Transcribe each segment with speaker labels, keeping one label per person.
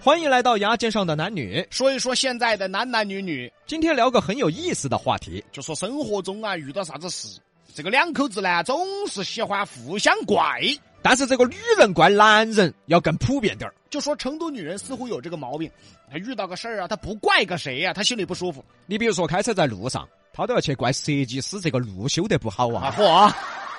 Speaker 1: 欢迎来到牙尖上的男女，
Speaker 2: 说一说现在的男男女女，
Speaker 1: 今天聊个很有意思的话题。
Speaker 2: 就说生活中啊遇到啥子事，这个两口子呢总是喜欢互相怪。
Speaker 1: 但是这个女人怪男人要更普遍点儿。
Speaker 2: 就说成都女人似乎有这个毛病，她遇到个事儿啊，她不怪个谁呀、她心里不舒服。
Speaker 1: 你比如说开车在路上，她都要去怪设计师这个路修得不好啊；
Speaker 2: 啊嚯、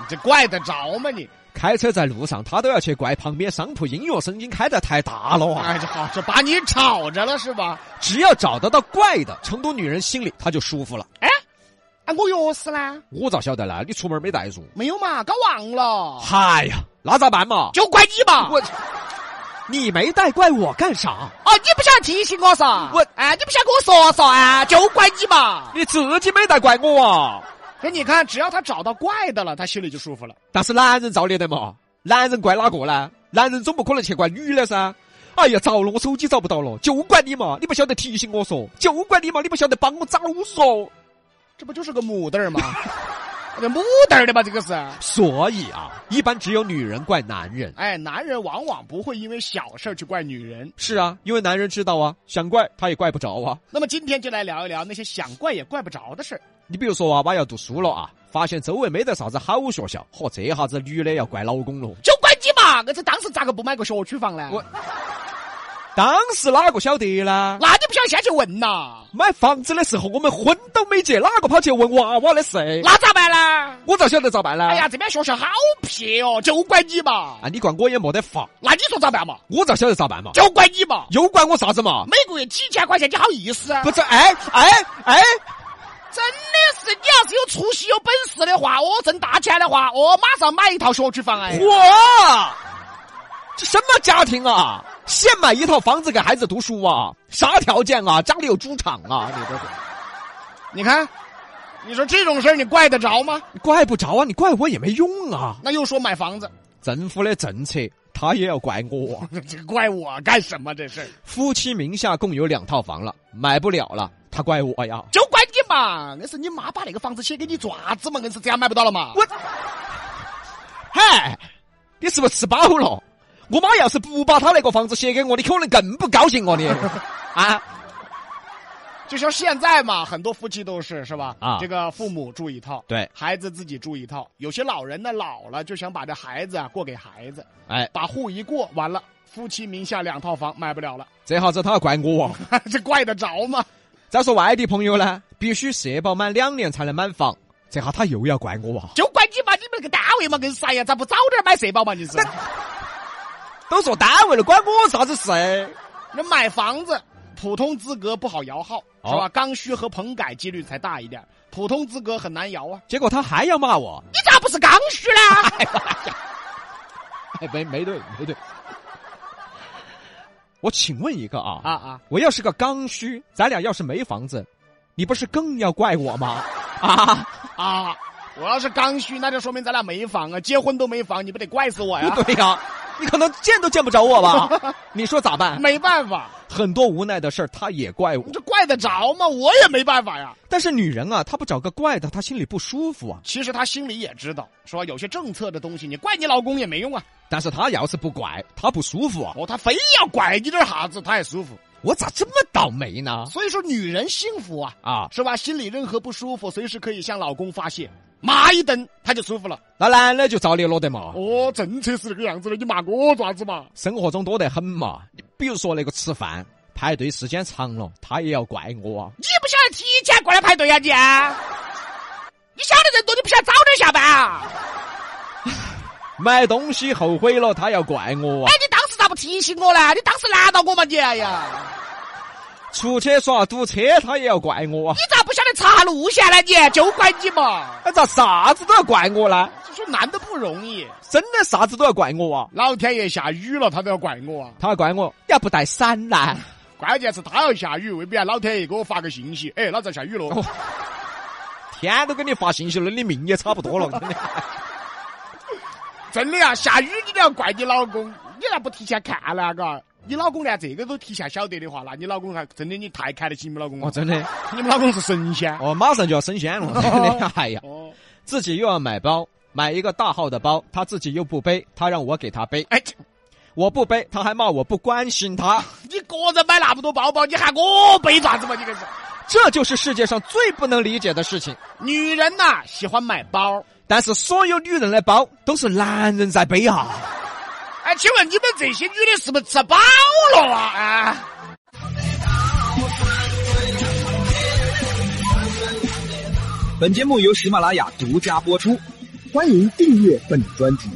Speaker 2: 你这怪得着吗你？
Speaker 1: 开车在路上，她都要去怪旁边商铺音乐声音开得太大了啊。
Speaker 2: 哎，这好，这把你吵着了是吧？
Speaker 1: 只要找得到怪的，成都女人心里她就舒服了。
Speaker 2: 啊，我钥匙呢？
Speaker 1: 我咋晓得呢？你出门没带入？
Speaker 2: 没有嘛，搞忘了，
Speaker 1: 嗨呀，那咋办 嘛？
Speaker 2: 就怪你嘛。
Speaker 1: 我，你没带怪我干啥？
Speaker 2: 哦，你不想提醒我噻？
Speaker 1: 我
Speaker 2: 哎，你不想跟我说说啊？就怪你嘛。
Speaker 1: 你自己没带怪我啊！
Speaker 2: 可哎你看，只要他找到怪的了，他心里就舒服了。
Speaker 1: 但是男人造孽的嘛，男人怪哪个呢？男人总不可能去怪女的噻。哎呀，糟了，我手机找不到了，就怪你嘛！你不晓得提醒我说，就怪你嘛！你不晓得帮我找说。
Speaker 2: 这不就是个母蛋儿 吗？这母蛋儿的吧，这个是。
Speaker 1: 所以啊，一般只有女人怪男人。
Speaker 2: 哎，男人往往不会因为小事儿去怪女人。
Speaker 1: 是啊，因为男人知道啊，想怪他也怪不着啊。
Speaker 2: 那么今天就来聊一聊那些想怪也怪不着的事儿。
Speaker 1: 你比如说娃娃要读书了啊，发现周围没得啥子好学校，嚯，这下子女的要怪老公了。
Speaker 2: 就怪你嘛！我这当时咋个不买个学区房呢？
Speaker 1: 我当时哪个晓得呢？
Speaker 2: 那你不想先去问呐？
Speaker 1: 买房子的时候我们婚都没结，哪个跑去问娃娃的事？
Speaker 2: 那咋办呢？
Speaker 1: 我咋晓得咋办呢？
Speaker 2: 哎哎呀，哎这边学校好撇哦，就怪你嘛！
Speaker 1: 啊，你怪我也没得法，
Speaker 2: 那你说咋办嘛？
Speaker 1: 我咋晓得咋办嘛？
Speaker 2: 就怪你嘛！
Speaker 1: 又怪我啥子嘛？
Speaker 2: 每个月几千块钱，你好意思？啊
Speaker 1: 不是，哎哎哎，
Speaker 2: 真的是，你要是有出息、有本事的话，哦，挣大钱的话，哦，马上买一套学区房哎！
Speaker 1: 我这什么家庭啊？先买一套房子给孩子读书啊？啥条件啊？家里有猪场啊？你这
Speaker 2: 你看，你说这种事儿你怪得着吗？
Speaker 1: 你怪不着啊，你怪我也没用啊。
Speaker 2: 那又说买房子，
Speaker 1: 政府的政策他也要怪我啊。
Speaker 2: 这怪我干什么？这事儿
Speaker 1: 夫妻名下共有两套房了，买不了了，他怪我呀。
Speaker 2: 就怪你嘛！硬是你妈把那个房子写给你爪子嘛，硬是这样买不到了嘛？
Speaker 1: 我，嗨，你是不是吃饱了？我妈要是不把她那个房子写给我，你可能更不高兴哦，你 啊，
Speaker 2: 就像现在嘛，很多夫妻都是是吧？
Speaker 1: 啊
Speaker 2: 这个父母住一套，
Speaker 1: 对
Speaker 2: 孩子自己住一套。有些老人呢老了就想把这孩子啊过给孩子，
Speaker 1: 哎，
Speaker 2: 把户一过，完了夫妻名下两套房买不了了，
Speaker 1: 这下子她要怪我哦。
Speaker 2: 这怪得着吗？
Speaker 1: 再说外地朋友呢，必须社保满两年才能满房，这下他又要怪我啊。
Speaker 2: 就怪你嘛，你们那个单位嘛，跟啥呀？咋不早点买社保嘛？你是？
Speaker 1: 都说单位了，关我啥子事？
Speaker 2: 那买房子，普通资格不好摇号，是吧？
Speaker 1: 哦
Speaker 2: 刚需和棚改几率才大一点，普通资格很难摇啊。
Speaker 1: 结果他还要骂我。
Speaker 2: 你咋不是刚需呢？
Speaker 1: 哎，没没对没对。我请问一个啊
Speaker 2: 啊啊！
Speaker 1: 我要是个刚需，咱俩要是没房子，你不是更要怪我吗？啊，
Speaker 2: 啊！我要是刚需，那就说明咱俩没房啊，结婚都没房，你不得怪死我哎呀？
Speaker 1: 不对呀、你可能见都见不着我 吧？你说咋办？
Speaker 2: 没办法，
Speaker 1: 很多无奈的事儿，他也怪我
Speaker 2: 你。这怪得着吗？我也没办法呀。
Speaker 1: 但是女人啊，她不找个怪的，她心里不舒服啊。
Speaker 2: 其实他心里也知道，说有些政策的东西，你怪你老公也没用啊。
Speaker 1: 但是她要是不怪，她不舒服啊。
Speaker 2: 哦，他非要怪你点啥子，他也舒服。
Speaker 1: 我咋这么倒霉呢？
Speaker 2: 所以说，女人幸福啊，
Speaker 1: 啊，
Speaker 2: 是吧？心里任何不舒服，随时可以向老公发泄，骂一顿他就舒服了。
Speaker 1: 那男的就遭孽了得嘛。
Speaker 2: 哦，政策是这个样子的，你骂我爪子嘛？
Speaker 1: 生活中多得很嘛。你比如说那个吃饭排队时间长了，他也要怪我啊。
Speaker 2: 你不晓得提前过来排队呀、你？啊你晓得人多，你不想早点下班啊？
Speaker 1: 买东西后悔了，他要怪我啊
Speaker 2: 哎。，你当时咋不提醒我呢？你当时拦到我嘛你？哎呀，
Speaker 1: 出去耍堵车，他也要怪我啊
Speaker 2: 哎啊你。咋不晓得查路线呢？你就怪你嘛！
Speaker 1: 哎，咋啥子都要怪我呢？
Speaker 2: 这说男的不容易，
Speaker 1: 真的啥子都要怪我啊！
Speaker 2: 老天爷下雨了，他都要怪我啊！
Speaker 1: 他还怪我，你还不带伞来？
Speaker 2: 关键是他要下雨，未必啊老天爷给我发个信息，哎，老子下雨了。
Speaker 1: 哦天都给你发信息了，你命也差不多了。真的
Speaker 2: 真的呀，下雨你都要怪你老公，你咋不提前看呢？嘎，你老公连这个都提前晓得的话，那你老公还真的你太看得起你们老公了。
Speaker 1: 哦，真的，
Speaker 2: 你们老公是神仙。
Speaker 1: 哦，马上就要升仙了。真的， 哎呀，
Speaker 2: 哦，
Speaker 1: 自己又要买包，买一个大号的包，他自己又不背，他让我给他背，
Speaker 2: 哎，这
Speaker 1: 我不背，他还骂我不关心他。
Speaker 2: 你个人买那么多包包，你喊我背啥子嘛？你这是。
Speaker 1: 这就是世界上最不能理解的事情。
Speaker 2: 女人呐、喜欢买包。
Speaker 1: 但是所有女人的包都是男人在背啊！
Speaker 2: 哎，请问你们这些女的是不是吃饱了啊？啊？
Speaker 3: 本节目由喜马拉雅独家播出。
Speaker 4: 欢迎订阅本专辑。